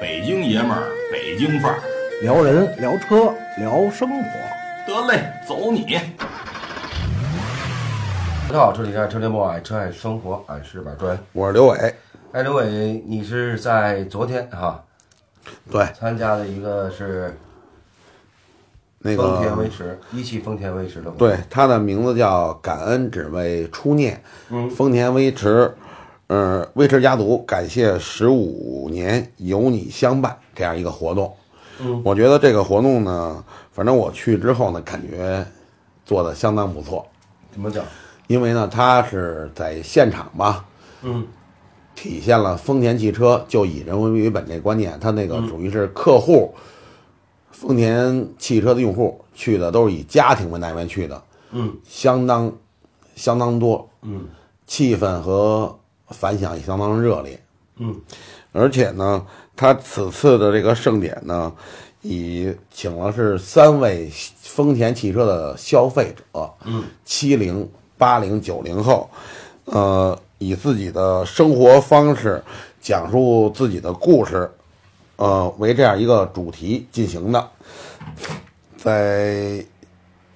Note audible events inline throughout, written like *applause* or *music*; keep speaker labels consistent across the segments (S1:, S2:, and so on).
S1: 北京爷们儿，北京范儿，
S2: 聊人聊车聊生活，
S1: 得嘞，走你！
S3: 大家好，这里是车联播，爱车爱生活，俺是板砖。
S4: 我是刘伟，
S3: 哎，刘伟，你是在昨天哈
S4: 对，
S3: 参加了一个是
S4: 那
S3: 丰田威
S4: 个
S3: 驰一汽丰田威驰的活动，
S4: 对，它的名字叫“感恩只为初念”，嗯，丰田威驰，呃，威驰家族感谢十五年有你相伴这样一个活动。嗯，我觉得这个活动呢，反正我去之后呢，感觉做的相当不错，
S3: 怎么讲？
S4: 因为呢，它是在现场吧，
S3: 嗯，
S4: 体现了丰田汽车就以人为本这观念，它那个属于是客户，丰田汽车的用户去的都是以家庭为单位去的，
S3: 嗯，
S4: 相当相当多，
S3: 嗯，
S4: 气氛和反响也相当热烈，
S3: 嗯，
S4: 而且呢，它此次的这个盛典呢，以请了是三位丰田汽车的消费者，嗯，七零、八零、九零后，呃，以自己的生活方式讲述自己的故事，呃，为这样一个主题进行的，在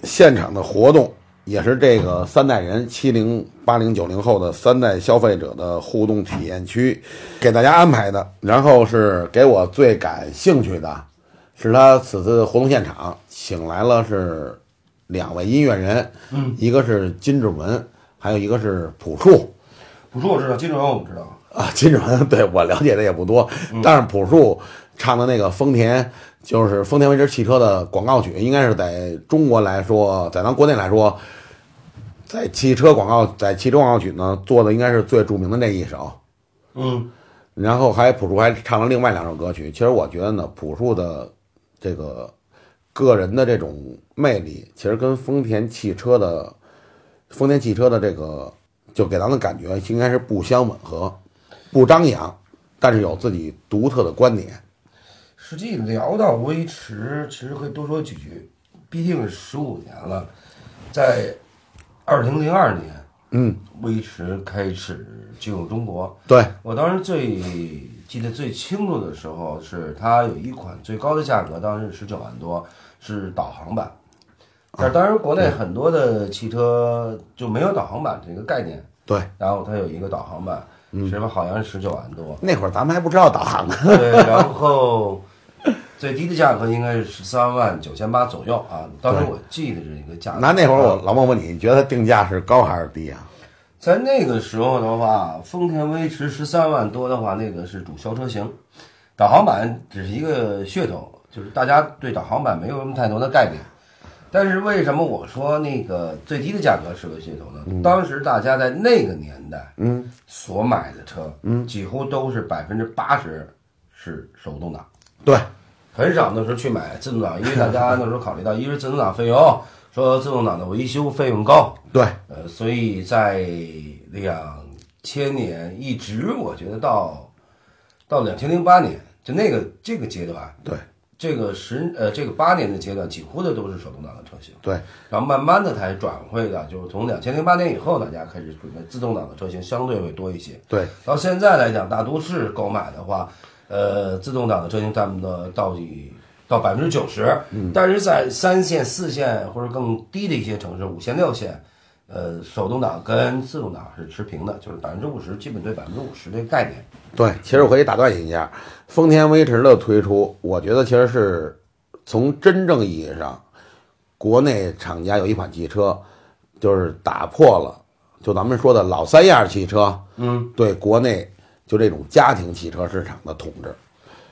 S4: 现场的活动也是这个三代人七零、八零、九零后的三代消费者的互动体验区，给大家安排的。然后是给我最感兴趣的，是他此次活动现场请来了是两位音乐人，嗯，一个是金志文，还有一个是朴树。
S3: 朴树我知道，金主文我们知道，
S4: 啊， *laughs* 金志文对我了解的也不多，但是朴树唱的那个丰田，就是丰田威驰汽车的广告曲，应该是在中国来说，在咱国内来说，在汽车广告，在汽车广告曲呢做的应该是最著名的这一首。
S3: 嗯，
S4: 然后还朴树还唱了另外两首歌曲。其实我觉得呢，朴树的这个个人的这种魅力，其实跟丰田汽车的丰田汽车的这个就给咱的感觉应该是不相吻合，不张扬，但是有自己独特的观点。
S3: 实际聊到威驰，其实可以多说几句，毕竟十五年了，在二零零二年，
S4: 嗯，
S3: 威驰开始进入中国。
S4: 对，
S3: 我当时最记得最清楚的时候是，它有一款最高的价格，当时十九万多，是导航版。
S4: 啊
S3: 但是当时国内很多的汽车就没有导航版这个概念，
S4: 对，
S3: 然后它有一个导航版，
S4: 嗯
S3: 什么好像是十九万多，
S4: 那会儿咱们还不知道导航呢。
S3: 对，然后最低的价格应该是十三万九千八左右啊。当时我记得这个价格。
S4: 那那会儿我老孟问你，你觉得它定价是高还是低啊？
S3: 在那个时候的话，丰田威驰十三万多的话，那个是主销车型，导航版只是一个噱头，就是大家对导航版没有什么太多的概念。但是为什么我说那个最低的价格是个噱头呢？当时大家在那个年代，嗯，所买的车，嗯，几乎都是百分之八十是手动挡。
S4: 对，
S3: 很少那时候去买自动挡，因为大家那时候考虑到，一是自动挡费油，说自动挡的维修费用高，
S4: 对，
S3: 呃，所以在两千年一直我觉得到到两千零八年，就那个这个阶段，啊
S4: 对，
S3: 这个十呃这个八年的阶段，几乎的都是手动挡的车型，
S4: 对，
S3: 然后慢慢的才转会的，就是从两千零八年以后，大家开始准备自动挡的车型相对会多一些，
S4: 对，
S3: 到现在来讲，大都市购买的话，呃，自动挡的车型占的到底到百分之九十，但是在三线、四线或者更低的一些城市，五线、六线，呃，手动挡跟自动挡是持平的，就是百分之五十，基本对百分之五十这个概念。
S4: 对，其实我可以打断你一下，丰田威驰的推出，我觉得其实是从真正意义上，国内厂家有一款汽车，就是打破了就咱们说的老三样汽车，嗯，对国内就这种家庭汽车市场的统治，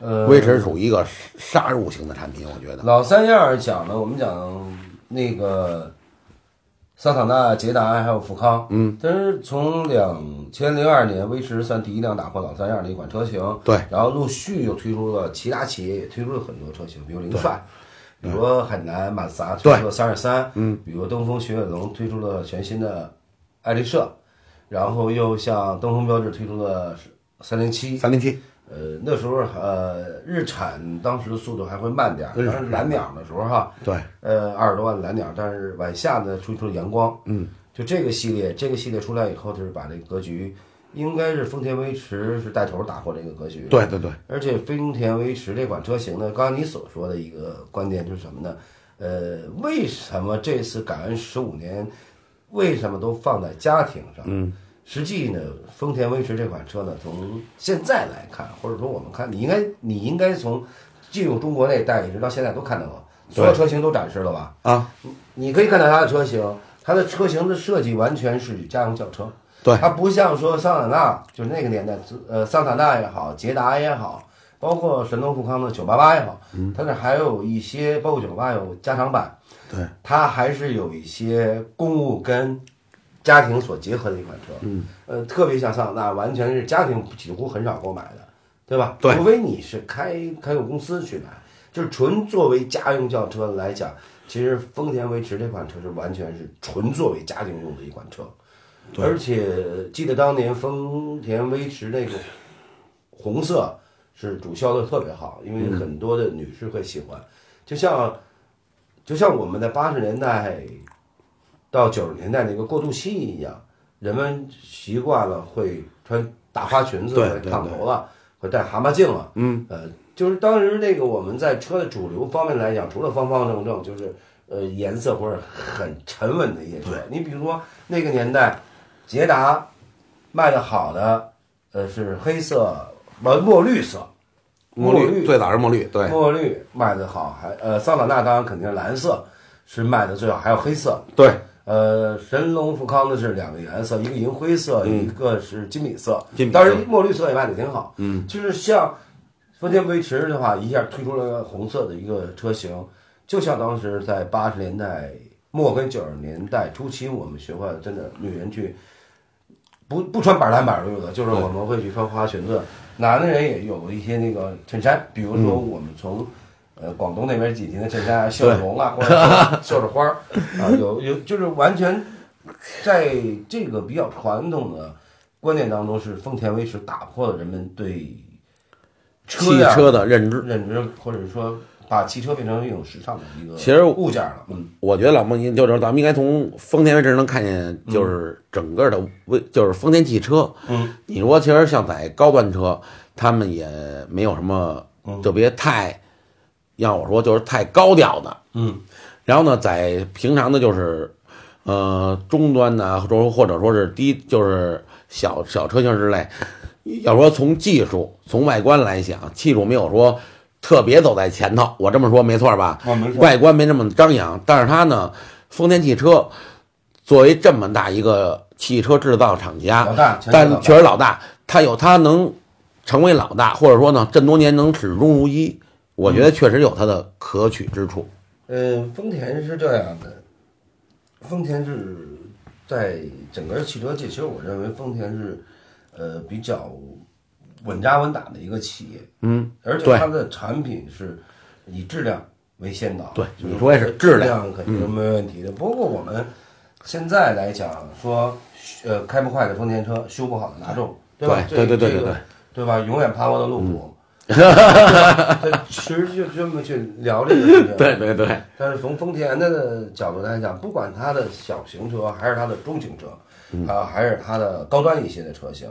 S3: 呃，
S4: 威驰属于一个杀入型的产品，我觉得，
S3: 老三样儿讲呢，我们讲那个桑塔纳、捷达还有富康，嗯，但是从两千零二年威驰算第一辆打破老三样儿的一款车型，
S4: 对
S3: 然后陆续又推出了其他企业也推出了很多车型，比如凌帅。比如说海南马自达推出了三二三，嗯，比如东风雪铁龙推出了全新的爱丽舍，然后又像东风标致推出了三零七，
S4: 三零七，
S3: 呃，那时候呃，日产当时的速度还会慢点儿，当时蓝鸟的时候哈，
S4: 对，
S3: 呃，二十多万蓝鸟，但是晚夏呢推出了阳光，嗯，就这个系列，这个系列出来以后，就是把这个格局应该是丰田威驰是带头打破这个格局。
S4: 对对对，
S3: 而且丰田威驰这款车型呢，刚刚你所说的一个观点就是什么呢？呃，为什么这次感恩十五年，为什么都放在家庭上？嗯，实际呢，丰田威驰这款车呢，从现在来看，或者说我们看，你应该你应该从进入中国内代理直到现在都看到了，所有车型都展示了吧？
S4: 啊，
S3: 你可以看到它的车型，它的车型的设计完全是与家用轿车。
S4: 对
S3: 它不像说桑塔纳，就是那个年代，呃，桑塔纳也好，捷达也好，包括神龙富康的九八八也好，
S4: 嗯
S3: 它那还有一些，包括九八有加长版，
S4: 对，
S3: 它还是有一些公务跟家庭所结合的一款车，嗯，呃，特别像桑塔纳，完全是家庭几乎很少购买的，对吧？
S4: 对
S3: 除非你是开开个公司去买，就是纯作为家用轿车来讲，其实丰田威驰这款车是完全是纯作为家庭用的一款车，而且记得当年丰田威驰那个红色是主销的特别好，因为很多的女士会喜欢，就像就像我们在八十年代到九十年代那个过渡期一样，人们习惯了会穿大花裙子
S4: 对
S3: 了、
S4: 对
S3: 烫头了，会戴蛤蟆镜了，嗯，呃，就是当时那个我们在车的主流方面来讲，除了方方正正，就是呃颜色或者很沉稳的一些车。你比如说那个年代，捷达卖的好的，呃是黑色，呃墨绿色，
S4: 墨
S3: 墨
S4: 绿最早是墨绿，对，
S3: 墨绿卖的好，还呃桑塔纳当然肯定是蓝色是卖的最好，还有黑色，
S4: 对，
S3: 呃，神龙富康的是两个颜色，一个银灰色，一个是金米色。
S4: 嗯金米色
S3: 当然墨绿色也卖的挺好。嗯，就是像丰田威驰的话，一下推出了红色的一个车型，就像当时在八十年代末跟九十年代初期，我们学会了真的女人去不不穿板蓝板绿的，就是我们会去穿花裙子。男的人也有一些那个衬衫，比如
S4: 嗯
S3: 说我们从、呃广东那边几天的衬衫啊，绣着龙啊，或者
S4: *laughs*
S3: 说绣着花儿啊，有有就是完全在这个比较传统的观念当中，是丰田威驰打破了人们对车
S4: 汽
S3: 辆
S4: 车的认知。
S3: 认知，或者说把汽车变成一种时尚的一个
S4: 其实
S3: 物件了。嗯，
S4: 我觉得老孟您就是咱们应该从丰田威驰能看见，就是整个的威，就是丰田汽车。
S3: 嗯，
S4: 你说其实像在高端车，他们也没有什么特别太，要我说就是太高调的。
S3: 嗯，
S4: 然后呢，在平常的就是，呃，中端的或者或者说是低，就是小小车型之类。要说从技术、从外观来讲，技术没有说特别走在前头，我这么说没错吧？
S3: 我们
S4: 外观没那么张扬，但是它呢，丰田汽车作为这么大一个汽车制造厂家，
S3: 老哦大，全是老
S4: 啊但
S3: 大
S4: 确实老大，他有他能成为老大，或者说呢，这么多年能始终如一，我觉得确实有它的可取之处。
S3: 嗯，丰田是这样的，丰田是在整个汽车界，其实我认为丰田是，呃，比较稳扎稳打的一个企业。嗯，而且
S4: 对
S3: 它的产品是以质量为先导。
S4: 对
S3: 就是
S4: 你说也是质
S3: 质
S4: 量嗯
S3: 量肯定是没问题的。包括我们现在来讲说，呃，开不快的丰田车，修不好的大众，吧？这
S4: 对对
S3: 这
S4: 对对
S3: 个
S4: 对嗯
S3: 对吧？永远趴窝的路虎。 *laughs* 对其实就这么去聊这个事情，啊
S4: *laughs* 对对对，
S3: 但是从丰田的角度来讲，不管它的小型车还是它的中型车，
S4: 嗯
S3: 啊，还是它的高端一些的车型，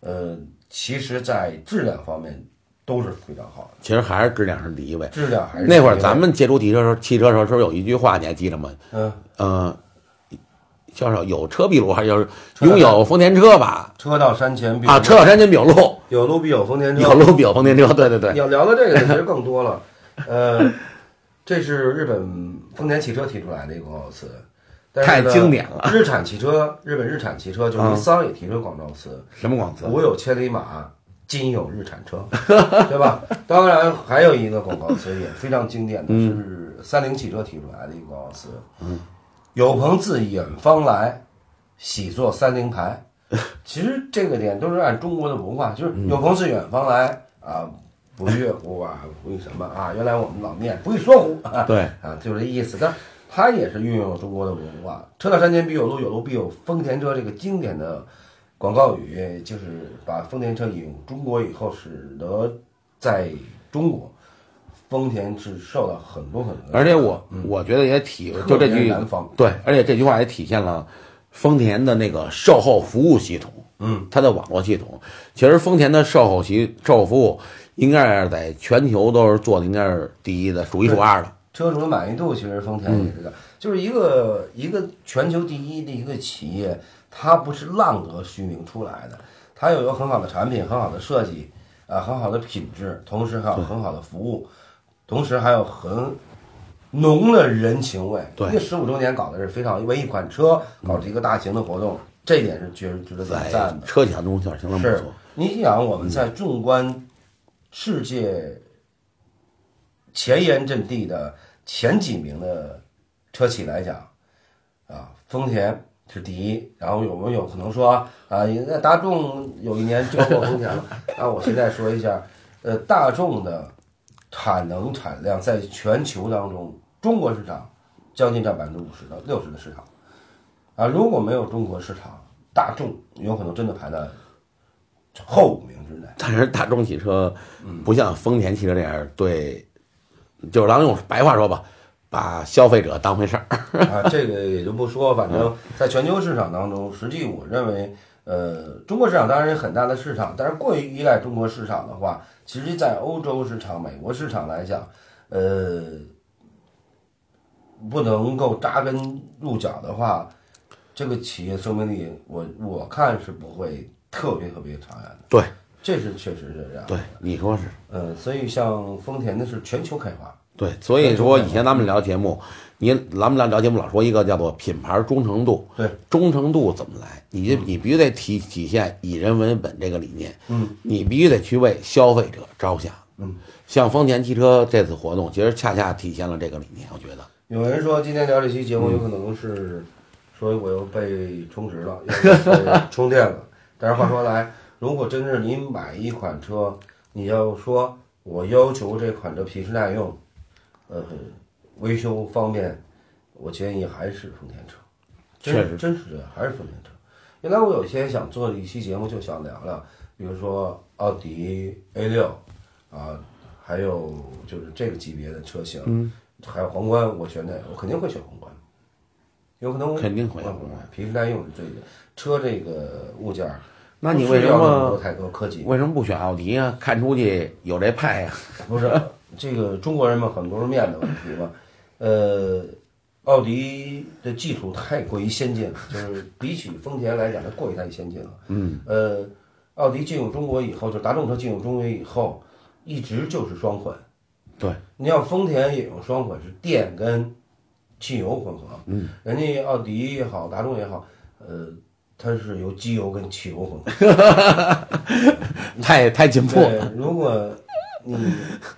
S3: 呃，其实在质量方面都是非常好的，
S4: 其实还是质量是第一位。
S3: 质量还是
S4: 那会儿
S3: 非常
S4: 咱们接触汽车时候，汽车时候时候有一句话你还记得吗？
S3: 嗯，
S4: 呃，叫什么？有车必有路，还就是
S3: 车
S4: 拥有丰田车吧？
S3: 车到山前必有
S4: 啊，
S3: 路
S4: 车到山前必有路，
S3: 有路必有丰田车，
S4: 有路必有丰田车。对对对，
S3: 要聊到这个，其实更多了。呃，这是日本丰田汽车提出来的一个广告词，但是呢
S4: 太经典了。啊
S3: 日产汽车，日本日产汽车就是尼桑也提出广告词，
S4: 什么广词？
S3: 古有千里马，今有日产车， *laughs* 对吧？当然还有一个广告词也非常经典的
S4: 嗯
S3: 是三菱汽车提出来的一个广告词，嗯，有朋自远方来，喜作三菱
S4: *laughs*
S3: 牌。其实这个点都是按中国的文化，就是
S4: 嗯
S3: 有朋自远方来啊，不亦乐乎啊，不亦什么啊？原来我们老念不亦说乎啊，
S4: 对
S3: 啊，就是这意思。但它也是运用了中国的文化，“车到山前必有路，有路必有丰田车”这个经典的广告语，就是把丰田车引入中国以后，使得在中国丰田是受到很多很多的。
S4: 而且我我觉得也体
S3: 嗯特别
S4: 就这句
S3: 南方
S4: 对，而且这句话也体现了丰田的那个售后服务系统，
S3: 嗯，
S4: 它的网络系统。其实丰田的售后系售后服务应该是在全球都是做的应该是第一的，数一数二的。
S3: 车主的满意度其实丰田也是的，就是一个一个全球第一的一个企业，它不是浪得虚名出来的，它有一个很好的产品、很好的设计，啊，很好的品质，同时还有很好的服务，同时还有很浓的人情味。
S4: 对
S3: 因为十五周年搞的是非常，为一款车搞了一个大型的活动，这点是确实值得点
S4: 在
S3: 赞的。
S4: 车企当中算相当不
S3: 是
S4: 错，
S3: 你想我们在纵观世界前沿阵地的前几名的车企来讲，啊，丰田是第一，然后有没有可能说啊，那大众有一年超过 *laughs* 丰田了？那啊我现在说一下，呃，大众的产能产量在全球当中，中国市场将近占百分之五十到六十的市场，啊，如果没有中国市场，大众有可能真的排在后五名之内。
S4: 但是大众汽车不像丰田汽车这样对，
S3: 嗯
S4: 就是咱用白话说吧，把消费者当回事儿。
S3: 啊，这个也就不说，反正在全球市场当中，实际我认为，呃，中国市场当然是很大的市场，但是过于依赖中国市场的话，其实，在欧洲市场、美国市场来讲，呃，不能够扎根入角的话，这个企业生命力，我我看是不会特别特别长远的，
S4: 对
S3: 这是确实是这样。
S4: 对，，你说是。
S3: 呃，所以像丰田的是全球开发，
S4: 对，所以说以前咱们聊节目，你咱们聊聊节目老说一个叫做品牌忠诚度，
S3: 对，
S4: 忠诚度怎么来？你就你必须得体体现以人为本这个理念，
S3: 嗯，
S4: 你必须得去为消费者着想，
S3: 嗯，
S4: 像丰田汽车这次活动，其实恰恰体现了这个理念，我觉得。
S3: 有人说今天聊这期节
S4: 嗯
S3: 目有可能是说我又被充值了，又被充电了。但是话说来，如果真是你买一款车，你要说我要求这款车皮实耐用，呃，维修方便，我建议还是丰田车。真
S4: 确实
S3: 真是这样，还是丰田车。原来我有一天想做一期节目，就想聊聊，比如说奥迪 A 六啊，还有就是这个级别的车型，
S4: 嗯
S3: 还有皇冠，我选哪个？我肯定会选皇冠，有可能我
S4: 肯定会选
S3: 皇冠，皮实耐用是最的。车这个物件儿，
S4: 那你
S3: 不
S4: 为
S3: 需
S4: 什
S3: 要那
S4: 么
S3: 么多太多科技？
S4: 为什么不选奥迪啊？看出去有这派啊呀、
S3: 不是这个中国人嘛，很多是面子问题嘛。呃，奥迪的技术太过于先进了，就是比起丰田来讲，它过于太先进了。嗯。呃，奥迪进入中国以后，就大众车进入中国以后，一直就是双混。
S4: 对，
S3: 你像丰田也有双混，是电跟汽油混合。嗯，人家奥迪也好，大众也好，呃，它是由机油跟汽油混合。
S4: 太太进步
S3: 对
S4: 了。，
S3: 如果你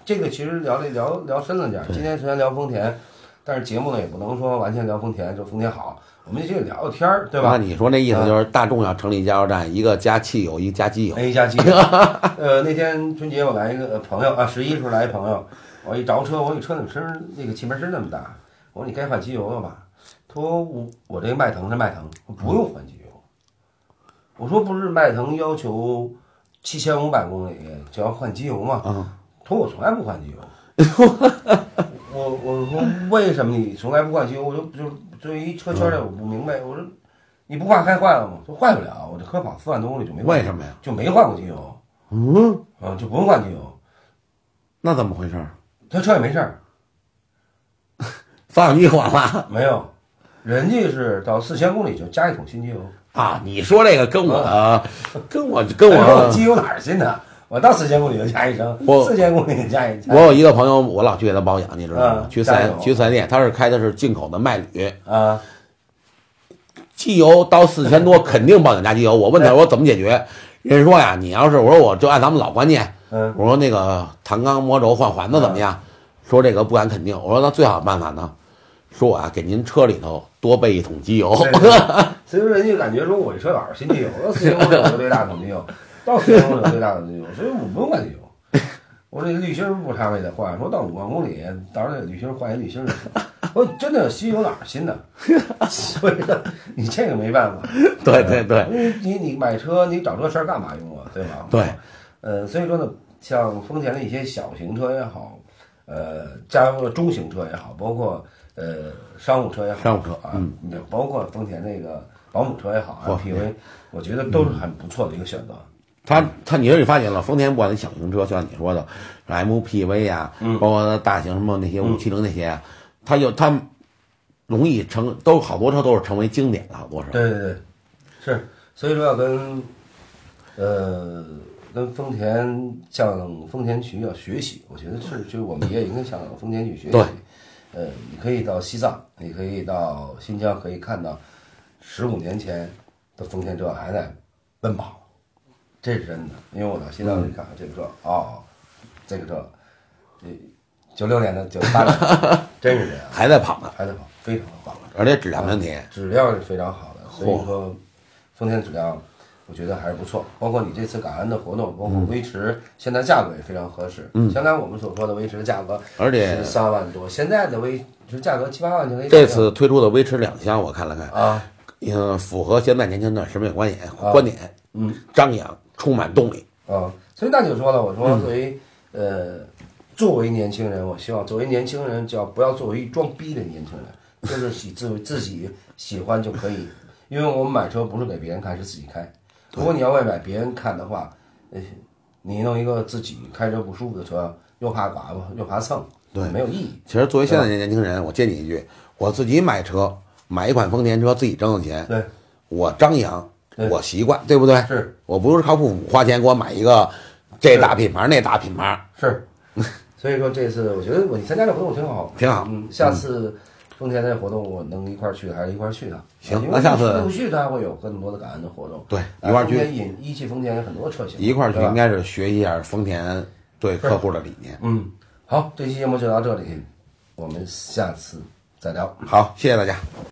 S3: 这个其实聊了聊聊深了点儿，今天虽然聊丰田，但是节目呢也不能说完全聊丰田，就丰田好，我们就聊聊天儿，对吧
S4: 那？你说那意思就是大众要成立加油站，一个加汽油，一个加机油。
S3: A 加机，
S4: *laughs*
S3: 呃，那天春节我来一个呃朋友啊，十一时候来一朋友，我一着车，我说你车怎么声儿那个气门声那么大？我说你该换机油了吧？他说我我这迈腾是迈腾，我不用换机油。我说不是迈腾要求七千五百公里就要换机油吗？
S4: 嗯
S3: 他说我从来不
S4: *laughs*
S3: 换机油。我我说为什么你从来不换机油？我就就对于车圈的我不明白。我说你不怕开坏了吗？说坏不了，我这车跑四万多公里就没坏。
S4: 为什么呀？
S3: 就没换过机油，
S4: 嗯，
S3: 啊，就不用换机油，
S4: 那怎么回事儿？
S3: 他车也没事儿，
S4: 发动机换了
S3: 没有，人家是到四千公里就加一桶新机油，
S4: 啊！你说这个跟我、
S3: 哦
S4: 跟我跟
S3: 哎说
S4: 我
S3: 机油哪儿新的？我到四千公里就加一升，
S4: 我
S3: 四千公里就加一加
S4: 我有一个朋友，我老去给他保养，你知道吗？
S3: 嗯
S4: 去
S3: 加
S4: 四 S
S3: 油
S4: 去四 S 店，他是开的是进口的迈旅，
S3: 啊，
S4: 机油到四千多，肯定保养加机油。我问
S3: 哎
S4: 他我怎么解决，人家说呀，你要是我说我就按咱们老观念，
S3: 嗯，
S4: 我说那个弹钢磨轴换环子怎么样？说这个不敢肯定。我说那最好的办法呢，说我啊给您车里头多备一桶机油。
S3: 对对对所以说人家感觉说我这车哪儿新机油？
S4: *laughs*
S3: 到四千公里我就堆大桶机油，到四千公里我就堆大桶机油，所以我不用换机油。我说这滤芯儿不差没得换，说到五万公里，到时候这滤芯儿换一滤芯儿就行。我说真的，机油哪儿新的？ *laughs* 所以说你这个没办法。
S4: *laughs* 对对对
S3: 因为你你买车，你找这事儿干嘛用啊？对吧？
S4: 对，
S3: 呃，所以说呢，像丰田的一些小型车也好，呃，家用的中型车也好，包括呃商务车也好，
S4: 商务车
S3: 啊，嗯，包括丰田那个保姆车也好
S4: 哇
S3: ，MPV，我觉得都是很不错的一个选择。
S4: 他
S3: 嗯
S4: 他，你说你发现了，丰田不管那小型车，就像你说的，MPV 呀、啊
S3: 嗯
S4: 包括它大型什么那些五七零那些啊，它有它容易成，都好多车都是成为经典的，好多车。
S3: 对对对，是，所以说要跟，呃，跟丰田向丰田区要学习，我觉得是，就是我们也应该向丰田去学习。
S4: 对
S3: 呃，你可以到西藏，你可以到新疆，可以看到十五年前的丰田车还在奔跑，这是真的。因为我到西藏去看看这个车，哦，这个车，这九六年的、九八
S4: *laughs*
S3: 年的，真是这样，
S4: 还在跑呢，
S3: 还在跑，非常的棒。
S4: 而且质量问题。
S3: 质量是非常好的，所以说丰田质量我觉得还是不错。包括你这次感恩的活动，包括
S4: 嗯
S3: 威驰，现在价格也非常合适。嗯，相当于我们所说的威驰的价格，
S4: 而且
S3: 十三万多，现在的威驰价格七八万就可以买到。
S4: 这次推出的威驰两厢，我看了看，
S3: 啊，
S4: 嗯，符合现在年轻的审美观点观点，嗯，张扬，充满动力。
S3: 啊，所以那就说了，我说作为、呃，作为年轻人，我希望作为年轻人，就要不要作为装逼的年轻人，就是喜自自己喜欢就可以，因为我们买车不是给别人看，是自己开。如果你要为买别人看的话，呃，你弄一个自己开着不舒服的车，又怕刮吧，又怕蹭，对，没有意义。
S4: 其实作为现在的年轻人，我接你一句，我自己买车，买一款丰田车，自己挣的钱，
S3: 对，
S4: 我张扬，
S3: 对
S4: 我习惯，对不对？
S3: 是，
S4: 我不是靠父母花钱给我买一个这大品牌那大品牌，
S3: 是，所以说这次我觉得我你参加这活动挺好，
S4: 挺好
S3: 嗯，下次丰田的活动我能一块儿去，还是一块儿去的。
S4: 行
S3: 因为
S4: 那下次
S3: 陆续它会有更多的感恩的活动，
S4: 对
S3: 呃
S4: 一块儿去
S3: 丰田引一汽丰田有很多车型，
S4: 一块儿去
S3: 对吧
S4: 应该是学一下丰田对客户的理念。
S3: 嗯，好，这期节目就到这里，我们下次再聊。
S4: 好，谢谢大家。